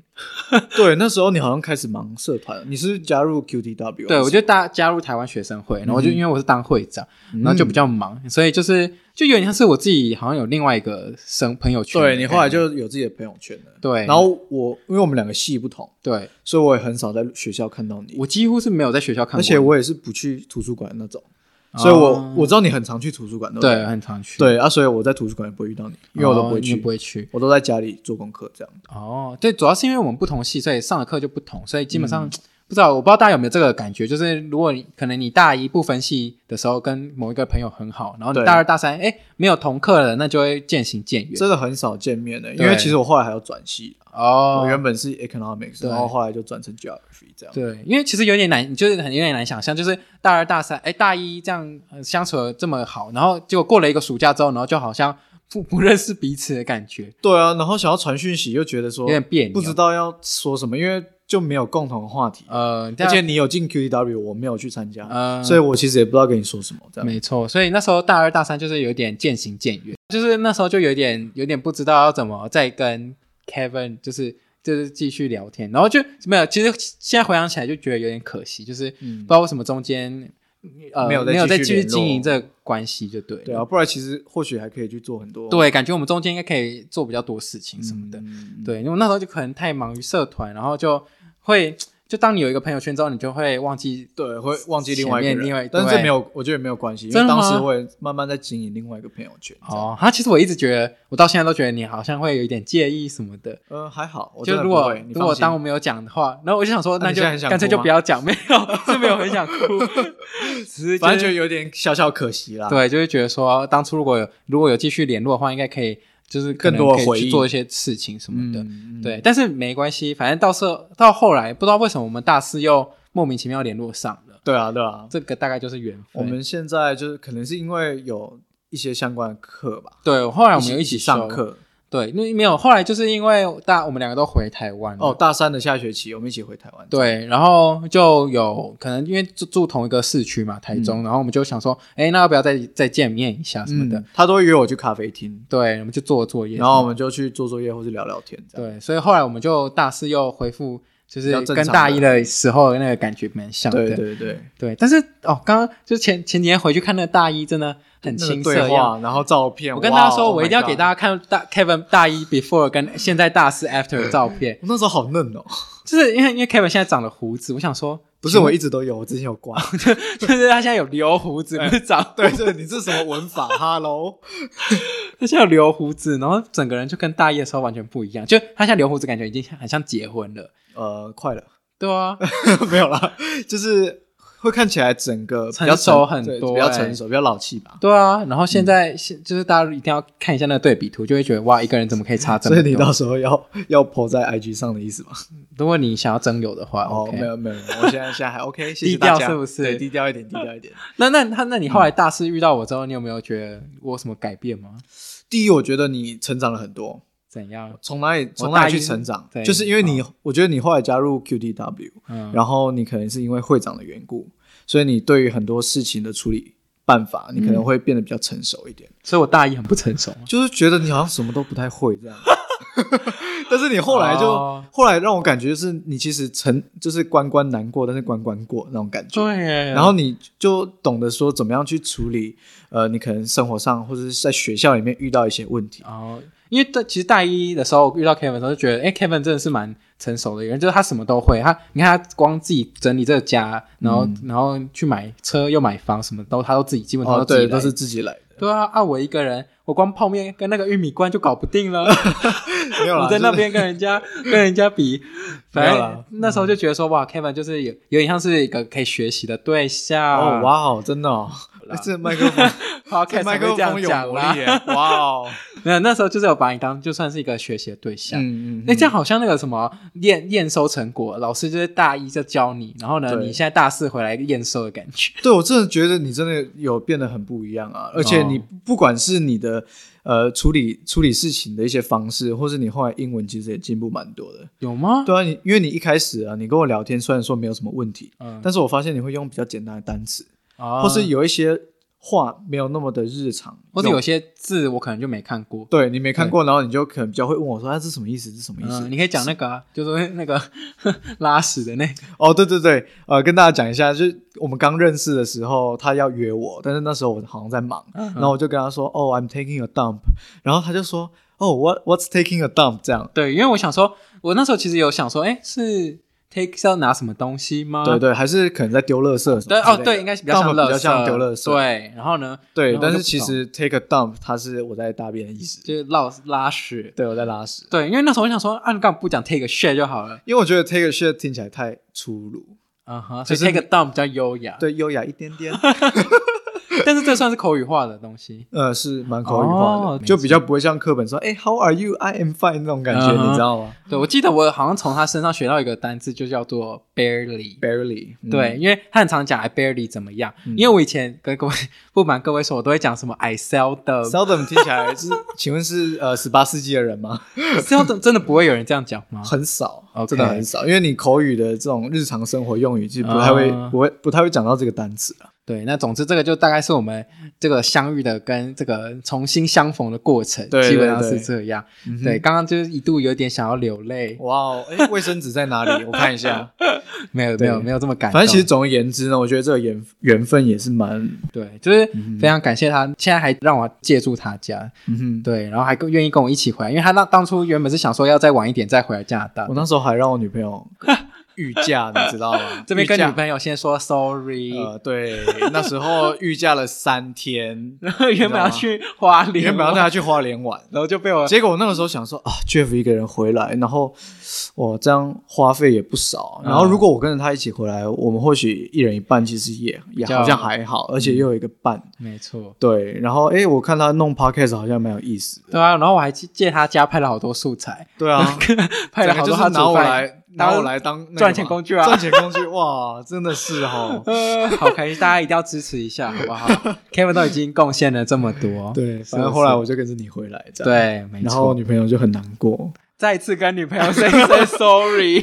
Speaker 2: 对，那时候你好像开始忙社团了，你是不是加入 QTW？
Speaker 1: 对我就大加入台湾学生
Speaker 2: 嗯
Speaker 1: 会，然后就因为我是当会长，然后就比
Speaker 2: 较
Speaker 1: 较忙，所以就是就有点像是我自己好像有另外一个生朋友圈的概
Speaker 2: 对
Speaker 1: 念，
Speaker 2: 你后来就有自己的朋友圈了。
Speaker 1: 对，
Speaker 2: 然后我因为我们两个系不同，
Speaker 1: 对
Speaker 2: 所以我也很少在学校看到你，
Speaker 1: 我几乎是没有在学校看过，
Speaker 2: 而且我也是不去图书馆的那种，
Speaker 1: 哦
Speaker 2: 所以我我知道你很常去图书馆，对不
Speaker 1: 对很常去，
Speaker 2: 对啊，所以我在图书馆也不会遇到你，因为我都
Speaker 1: 哦
Speaker 2: 不会
Speaker 1: 你
Speaker 2: 去，
Speaker 1: 不会去
Speaker 2: 我都在家里做功课这样。
Speaker 1: 哦，对，主要是因为我们不同系，所以上的课就不同，所以基本上、
Speaker 2: 嗯
Speaker 1: 不知道，我不知道大家有没有这个感觉，就是如果你可能你大一不分系的时候跟某一个朋友很好，然后你
Speaker 2: 对
Speaker 1: 大二大三哎没有同课了，那就会渐行渐远
Speaker 2: 真的很少见面的、欸
Speaker 1: 对
Speaker 2: 因为其实我后来还要转系，
Speaker 1: 哦
Speaker 2: 我。原本是 economics，
Speaker 1: 对
Speaker 2: 然后后来就转成 geography 这样。
Speaker 1: 对，因为其实有点难，就是很有点难想象，就是大二大三，哎，大一这样、呃相处的这么好，然后结果过了一个暑假之后，然后就好像不不认识彼此的感觉，
Speaker 2: 对啊，然后想要传讯息又觉得说
Speaker 1: 有点别扭。
Speaker 2: 哦不知道要说什么，因为就没有共同话题，
Speaker 1: 呃，
Speaker 2: 而
Speaker 1: 但
Speaker 2: 且你有进 QDW，我没有去参加，
Speaker 1: 呃，
Speaker 2: 所以我其实也不知道跟你说什么这样。
Speaker 1: 没错，所以那时候大二大三就是有点渐行渐远，就是那时候就有点有点不知道要怎么再跟 Kevin 就是就是继续聊天，然后就没有，其实现在回想起来就觉得有点可惜，就是不
Speaker 2: 嗯
Speaker 1: 知，道为什么中间呃
Speaker 2: 没有再
Speaker 1: 没有再
Speaker 2: 继
Speaker 1: 继
Speaker 2: 续
Speaker 1: 续
Speaker 2: 联络
Speaker 1: 经营这个关系就对了
Speaker 2: 对啊，不然其实或许还可以去做很多
Speaker 1: 对，感觉我们中间应该可以做比较多事情
Speaker 2: 嗯
Speaker 1: 什么的。
Speaker 2: 嗯
Speaker 1: 对，因为我那时候就可能太忙于社团，然后就会就当你有一个朋友圈之后，你就会忘记。
Speaker 2: 对，会忘记另外一个
Speaker 1: 前面另外
Speaker 2: 人，但是
Speaker 1: 对
Speaker 2: 这没有，我觉得没有关系，因
Speaker 1: 真
Speaker 2: 为
Speaker 1: 的吗
Speaker 2: 当时我也慢慢在经营另外一个朋友圈。这样，
Speaker 1: 哦，他、其实我一直觉得，我到现在都觉得你好像会有一点介意什么的。
Speaker 2: 呃，还好，我真
Speaker 1: 就
Speaker 2: 的
Speaker 1: 如
Speaker 2: 不
Speaker 1: 果
Speaker 2: 会你
Speaker 1: 如
Speaker 2: 放
Speaker 1: 果
Speaker 2: 心
Speaker 1: 当我没有讲的话，然后我就想说，
Speaker 2: 那
Speaker 1: 那
Speaker 2: 你
Speaker 1: 就
Speaker 2: 现在很想
Speaker 1: 干脆
Speaker 2: 哭
Speaker 1: 就
Speaker 2: 吗
Speaker 1: 不要讲，没有是没有很想 哭，只是
Speaker 2: 反正
Speaker 1: 就
Speaker 2: 就是有点小小可惜啦。
Speaker 1: 对，就会觉得说，当初如果有如果有继续联络的话，应该可以就是可
Speaker 2: 更
Speaker 1: 能
Speaker 2: 多的
Speaker 1: 可以
Speaker 2: 回
Speaker 1: 去
Speaker 2: 忆
Speaker 1: 做一些事情什么的。
Speaker 2: 嗯，嗯
Speaker 1: 对，但是没关系，反正到时候到后来，不知道为什么我们大四又莫名其妙联络上了。
Speaker 2: 对啊，对啊，
Speaker 1: 这个大概就是缘分。
Speaker 2: 我们现在就是可能是因为有一些相关的课吧，
Speaker 1: 对，后来我们有
Speaker 2: 一
Speaker 1: 起
Speaker 2: 起上
Speaker 1: 修，
Speaker 2: 课。
Speaker 1: 对，那没有，后来就是因为大我们两个都回台湾了
Speaker 2: 哦，，大三的下学期我们一起回台湾。
Speaker 1: 嗯对，然后就有可能因为住住同一个市区嘛，台中，然后我们就想说，哎，那要不要再再见面一下什么的？
Speaker 2: 嗯，他都会约我去咖啡厅，
Speaker 1: 对，我们就做作业，
Speaker 2: 然后我们就去做作业或是聊聊天这样。
Speaker 1: 对，所以后来我们就大四又恢复，就
Speaker 2: 比
Speaker 1: 是
Speaker 2: 较正
Speaker 1: 跟
Speaker 2: 常
Speaker 1: 大
Speaker 2: 的
Speaker 1: 一的时候那个感觉蛮像的。
Speaker 2: 对对对，
Speaker 1: 对啊但是哦，刚刚就前前几天回去看那个大一，真的很
Speaker 2: 那个
Speaker 1: 青涩
Speaker 2: 对
Speaker 1: 一样。
Speaker 2: 话，然后照片。
Speaker 1: 我跟大家说，
Speaker 2: 哇
Speaker 1: 我一定要给大。
Speaker 2: Oh
Speaker 1: 家
Speaker 2: my
Speaker 1: 看大 Kevin 大一 before 跟现在大四 after 的照片
Speaker 2: God，我那时候好嫩 哦，
Speaker 1: 就是因为因为 Kevin 现在长了胡子，我想 说
Speaker 2: 不是我一直都有，我之前有刮。
Speaker 1: 就是他现在有留胡子，不是长
Speaker 2: 对对，你这什么文法？Hello，
Speaker 1: 他现在有留胡子，然后整个人就跟大一的时候完全不一样，就他现在留胡子感觉已经很像结婚了，
Speaker 2: 呃，快了，
Speaker 1: 对啊，
Speaker 2: 没有啦，就是会看起来整个比
Speaker 1: 成
Speaker 2: 较
Speaker 1: 熟很
Speaker 2: 对
Speaker 1: 多
Speaker 2: 比较
Speaker 1: 欸
Speaker 2: 成熟，比较老气吧。
Speaker 1: 对啊，然后现
Speaker 2: 嗯
Speaker 1: 在、现就是大家一定要看一下那个对比图，就会觉得哇，一个人怎么可以差这
Speaker 2: 所
Speaker 1: 么
Speaker 2: 以
Speaker 1: 多？
Speaker 2: 你到时候要要 po 在 IG 上的意思吗？
Speaker 1: 如果你想要征友的话，
Speaker 2: 哦，
Speaker 1: OK
Speaker 2: 没有没有，没有我现在现在还 OK，谢谢大
Speaker 1: 低调
Speaker 2: 家。
Speaker 1: 是不是
Speaker 2: 对，低调一点，低调一点。
Speaker 1: 那那那那你后来
Speaker 2: 嗯
Speaker 1: 大四遇到我之后，你有没有觉得我有什么改变吗？
Speaker 2: 第一，我觉得你成长了很多，
Speaker 1: 怎样？
Speaker 2: 从哪里从哪
Speaker 1: 大
Speaker 2: 里
Speaker 1: 一
Speaker 2: 去成长？
Speaker 1: 对
Speaker 2: 就是因为你，我觉得你后来加入 QTW，
Speaker 1: 嗯，
Speaker 2: 然后你可能是因为会长的缘故，所以你对于很多事情的处理办法，你可能会变得比较成熟一点。
Speaker 1: 所以我大一很不成熟吗。
Speaker 2: 就是觉得你好像什么都不太 会这样。但是你后来就、
Speaker 1: 哦
Speaker 2: 后来让我感觉就是你其实成就是关关难过，但是关关过那种感觉。
Speaker 1: 对耶，
Speaker 2: 然后你就懂得说怎么样去处理，呃，你可能生活上或者是在学校里面遇到一些问题。
Speaker 1: 哦，因为对，其实大一的时候遇到 Kevin 的时候，就觉得哎，Kevin 真的是蛮成熟的一个人，就是他什么都会。他你看他光自己整理这个家，然
Speaker 2: 嗯
Speaker 1: 后、然后去买车又买房，什么都他都自己基本上
Speaker 2: 哦，
Speaker 1: 都自己
Speaker 2: 对，
Speaker 1: 来
Speaker 2: 都是自己来的，
Speaker 1: 对啊，啊，我一个人，我光泡面跟那个玉米罐就搞不定了，
Speaker 2: 没有啦
Speaker 1: 我在那
Speaker 2: 就是
Speaker 1: 边跟人家 跟人家比，
Speaker 2: 没有
Speaker 1: 反
Speaker 2: 啦嗯
Speaker 1: 正那时候就觉得说，哇，Kevin 就是有有点像是一个可以学习的对象。
Speaker 2: 哦，哇哦，真的哦，这麦克 风，这
Speaker 1: ，Podcast 才
Speaker 2: 麦克
Speaker 1: 会这样
Speaker 2: 风有
Speaker 1: 讲
Speaker 2: 魔
Speaker 1: 啦
Speaker 2: 力。耶，哇哦，
Speaker 1: 没有，那时候就是有把你当就算是一个学习的对象。
Speaker 2: 嗯嗯，
Speaker 1: 那这样好像那个什么验验收成果，老师就是大一就教你，然后呢，
Speaker 2: 对
Speaker 1: 你现在大四回来验收的感觉。
Speaker 2: 对，我真的觉得你真的有变得很不一样啊！而且你
Speaker 1: 哦
Speaker 2: 不管是你的呃处理处理事情的一些方式，或是你后来英文其实也进步蛮多的。
Speaker 1: 有吗？
Speaker 2: 对啊，你因为你一开始啊，你跟我聊天虽然说没有什么问题，
Speaker 1: 嗯，
Speaker 2: 但是我发现你会用比较简单的单词，
Speaker 1: 哦
Speaker 2: 或是有一些话没有那么的日常，
Speaker 1: 或者有些字我可能就没看过。
Speaker 2: 对你没看过，然后你就可能比较会问我说：“啊，这什么意思？这什么意思？”
Speaker 1: 嗯，你可以讲那个啊，就是那个 拉屎的那个。
Speaker 2: 哦，对对对，呃，跟大家讲一下，就是我们刚认识的时候，他要约我，但是那时候我好像在忙，
Speaker 1: 嗯
Speaker 2: 然后我就跟他说，哦，I'm taking a dump，然后他就说，哦，what what's taking a dump 这样，
Speaker 1: 对，因为我想说，我那时候其实有想说，哎，是 take 是要拿什么东西吗？
Speaker 2: 对对，还是可能在丢垃圾什么之类
Speaker 1: 啊对
Speaker 2: 的，
Speaker 1: 哦，对，应该是比较像
Speaker 2: dump
Speaker 1: 垃圾，
Speaker 2: 比较像丢垃圾，
Speaker 1: 对，然后呢，
Speaker 2: 对
Speaker 1: 然后
Speaker 2: 但
Speaker 1: 就是
Speaker 2: 其
Speaker 1: 不懂
Speaker 2: 实 take a dump 它是我在大便的意思，
Speaker 1: 就是拉拉屎。
Speaker 2: 对我在拉屎，
Speaker 1: 对，因为那时候我想说，啊，你干嘛不讲 take a shit 就好了？
Speaker 2: 因为我觉得 take a shit 听起来太粗鲁，
Speaker 1: 嗯哼，
Speaker 2: 就
Speaker 1: 所以 take
Speaker 2: 是
Speaker 1: a dump 比较优雅。
Speaker 2: 对，优雅一点 点，
Speaker 1: 但是这算是口语化的东西。
Speaker 2: 呃，是蛮口语化的，
Speaker 1: 哦
Speaker 2: 就比较不会像课本说，哎，How are you? I am fine 那种感觉，
Speaker 1: 嗯哼
Speaker 2: 你知道吗
Speaker 1: 对，我记得我好像从他身上学到一个单字，就叫做 barely。
Speaker 2: ？Barely，嗯
Speaker 1: 对，因为他很常讲 I barely 怎么样，因为我以前跟各位不瞒各位说，我都会讲什么 I seldom，seldom
Speaker 2: Seldom 听起来就是，请问是呃十八世纪的人吗？
Speaker 1: 真的不会有人这样讲吗？
Speaker 2: 很少
Speaker 1: OK
Speaker 2: 真的很少，因为你口语的这种日常生活用语，其实不太会、
Speaker 1: 嗯
Speaker 2: 不会、不太会讲到这个单词啊。
Speaker 1: 对，那总之这个就大概是我们这个相遇的跟这个重新相逢的过程，
Speaker 2: 对
Speaker 1: 基本上
Speaker 2: 对对
Speaker 1: 是这样。
Speaker 2: 嗯哼
Speaker 1: 对，刚刚就是一度有点想要流泪，
Speaker 2: 哇哦，哎，卫生纸在哪里？我看 一下。
Speaker 1: 没有
Speaker 2: 对
Speaker 1: 没有没有这么感动。
Speaker 2: 反正其实总而言之呢，我觉得这个缘缘分也是蛮，
Speaker 1: 对，就是非常感谢他，现在还让我借住他家，
Speaker 2: 嗯哼。
Speaker 1: 对，然后还跟愿意跟我一起回来，因为他那当初原本是想说要再晚一点再回来加拿大
Speaker 2: 我，那时候还让我女 朋友御驾，你知道吗？
Speaker 1: 这边跟
Speaker 2: 御驾
Speaker 1: 女朋友先说 sorry，、
Speaker 2: 呃，对，那时候御驾了三天，
Speaker 1: 然后 原本
Speaker 2: 你知道
Speaker 1: 要
Speaker 2: 吗
Speaker 1: 去花莲，
Speaker 2: 原本要带她去花莲 玩，
Speaker 1: 然后就被我
Speaker 2: 结果我那个时候想说啊，Jeff 一个人回来，然后我这样花费也不少。
Speaker 1: 嗯
Speaker 2: 然后如果我跟着他一起回来，我们或许一人一半，其实也也
Speaker 1: 较
Speaker 2: 好像还好，而
Speaker 1: 嗯
Speaker 2: 且又有一个伴。
Speaker 1: 没错，
Speaker 2: 对，然后诶，我看他弄 podcast 好像蛮有意思的。
Speaker 1: 对啊，然后我还去借他家拍了好多素材，
Speaker 2: 对啊，
Speaker 1: 拍了好多他
Speaker 2: 整个就是拿
Speaker 1: 煮
Speaker 2: 我
Speaker 1: 饭，
Speaker 2: 来
Speaker 1: 大
Speaker 2: 拿
Speaker 1: 家
Speaker 2: 我来当那个
Speaker 1: 赚钱
Speaker 2: 嘛
Speaker 1: 工具啊，
Speaker 2: 赚钱工具，哇，真的是哦
Speaker 1: 呃，好开心，大家一定要支持一下，好 不好？Kevin 都已经贡献了这么多，
Speaker 2: 对，
Speaker 1: 是
Speaker 2: 反正
Speaker 1: 不
Speaker 2: 后来
Speaker 1: 是
Speaker 2: 我就跟着你回来，这
Speaker 1: 对，
Speaker 2: 样，
Speaker 1: 没
Speaker 2: 然后
Speaker 1: 错。
Speaker 2: 女朋友就很难过，
Speaker 1: 再次跟女朋友 say 一声 sorry，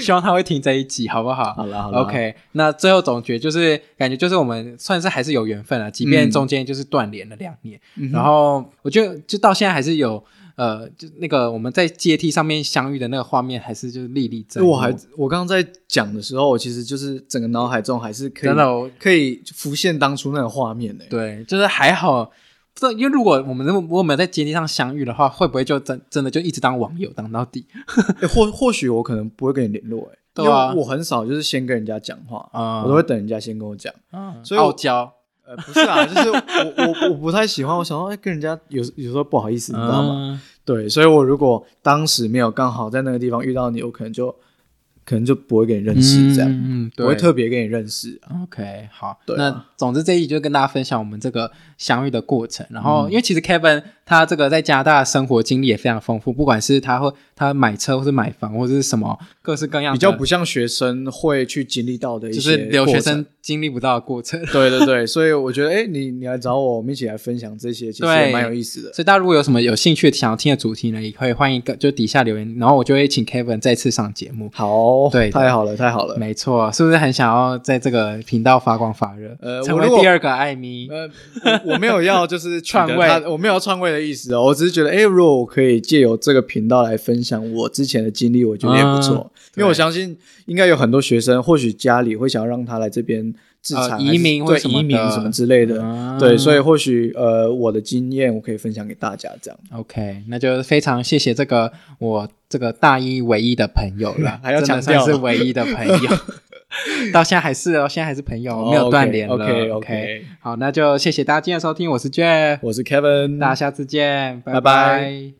Speaker 1: 希望她会听这一集，好不好
Speaker 2: 好了好了
Speaker 1: OK，那最后总结就是，感觉就是我们算是还是有缘分啊，即便
Speaker 2: 嗯
Speaker 1: 中间就是断联了两年，
Speaker 2: 嗯哼
Speaker 1: 然后我觉得就到现在还是有呃，就那个我们在阶梯上面相遇的那个画面，还是就是历历在目。
Speaker 2: 我还我刚刚在讲的时候，我其实就是整个脑海中还是可以
Speaker 1: 真的我
Speaker 2: 可以浮现当初那个画面欸呢、
Speaker 1: 对，就是还好。不知道，因为如果我们如果如果我们在阶梯上相遇的话，会不会就真真的就一直当网友当到底？
Speaker 2: 欸或或许我可能不会跟你联络、欸，
Speaker 1: 对啊
Speaker 2: 因为我很少就是先跟人家讲话，
Speaker 1: 啊
Speaker 2: 我都会等人家先跟我讲。所以我
Speaker 1: 傲娇，
Speaker 2: 呃， 不是啊，就是我我我不太喜欢，我想说，哎、跟人家有有时候不好意思，
Speaker 1: 你
Speaker 2: 你知道吗？？对，所以我如果当时没有刚好在那个地方遇到你，我可能就可能就不会跟你认识，这样、
Speaker 1: 嗯，嗯
Speaker 2: 不会特别跟你认识啊、
Speaker 1: OK，好，
Speaker 2: 对啊
Speaker 1: 那总之这一集就跟大家分享我们这个相遇的过程。然后，
Speaker 2: 嗯
Speaker 1: 因为其实 Kevin 他这个在加拿大的生活经历也非常丰富，不管是他会他买车，或是买房，或者是什么各式各样的，
Speaker 2: 比较不像学生会去经历到的一
Speaker 1: 就
Speaker 2: 些
Speaker 1: 是留学
Speaker 2: 过程
Speaker 1: 生经历不到的过程。
Speaker 2: 对对对，所以我觉得，哎、你你来找我，我们一起来分享这些，其实
Speaker 1: 对
Speaker 2: 也蛮有意思的。
Speaker 1: 所以大家如果有什么有兴趣想要听的主题呢，也可以欢迎个就底下留言，然后我就会请 Kevin 再次上节目。
Speaker 2: 好，
Speaker 1: 对的
Speaker 2: 太好了，太好了。
Speaker 1: 没错，是不是很想要在这个频道发光发热，
Speaker 2: 呃
Speaker 1: 成
Speaker 2: 我
Speaker 1: 为
Speaker 2: 如果
Speaker 1: 第二个艾米？
Speaker 2: 呃，我我没有要就是取得
Speaker 1: 篡位
Speaker 2: 他我没有要篡位的意思哦，我只是觉得，哎、如果我可以借由这个频道来分享我之前的经历，我觉得也不错。
Speaker 1: 对
Speaker 2: 因为我相信，应该有很多学生，或许家里会想要让他来这边自
Speaker 1: 呃
Speaker 2: 产、
Speaker 1: 移民或
Speaker 2: 或
Speaker 1: 什么
Speaker 2: 啊移民
Speaker 1: 的
Speaker 2: 什么之类的。
Speaker 1: 啊
Speaker 2: 对，所以或许呃，我的经验我可以分享给大家，这样，
Speaker 1: OK，那就非常谢谢这个我这个大一唯一的朋友了
Speaker 2: 还要
Speaker 1: 真的
Speaker 2: 强
Speaker 1: 算
Speaker 2: 调
Speaker 1: 是唯一的朋 友，到现在还是哦，现在还是朋友，没有断联了。
Speaker 2: 哦 OK
Speaker 1: OK，
Speaker 2: OK，
Speaker 1: 好，那就谢谢大家今天的收听，我是 Jeff，
Speaker 2: 我是 Kevin，
Speaker 1: 大家下次见，
Speaker 2: 拜
Speaker 1: 拜
Speaker 2: 拜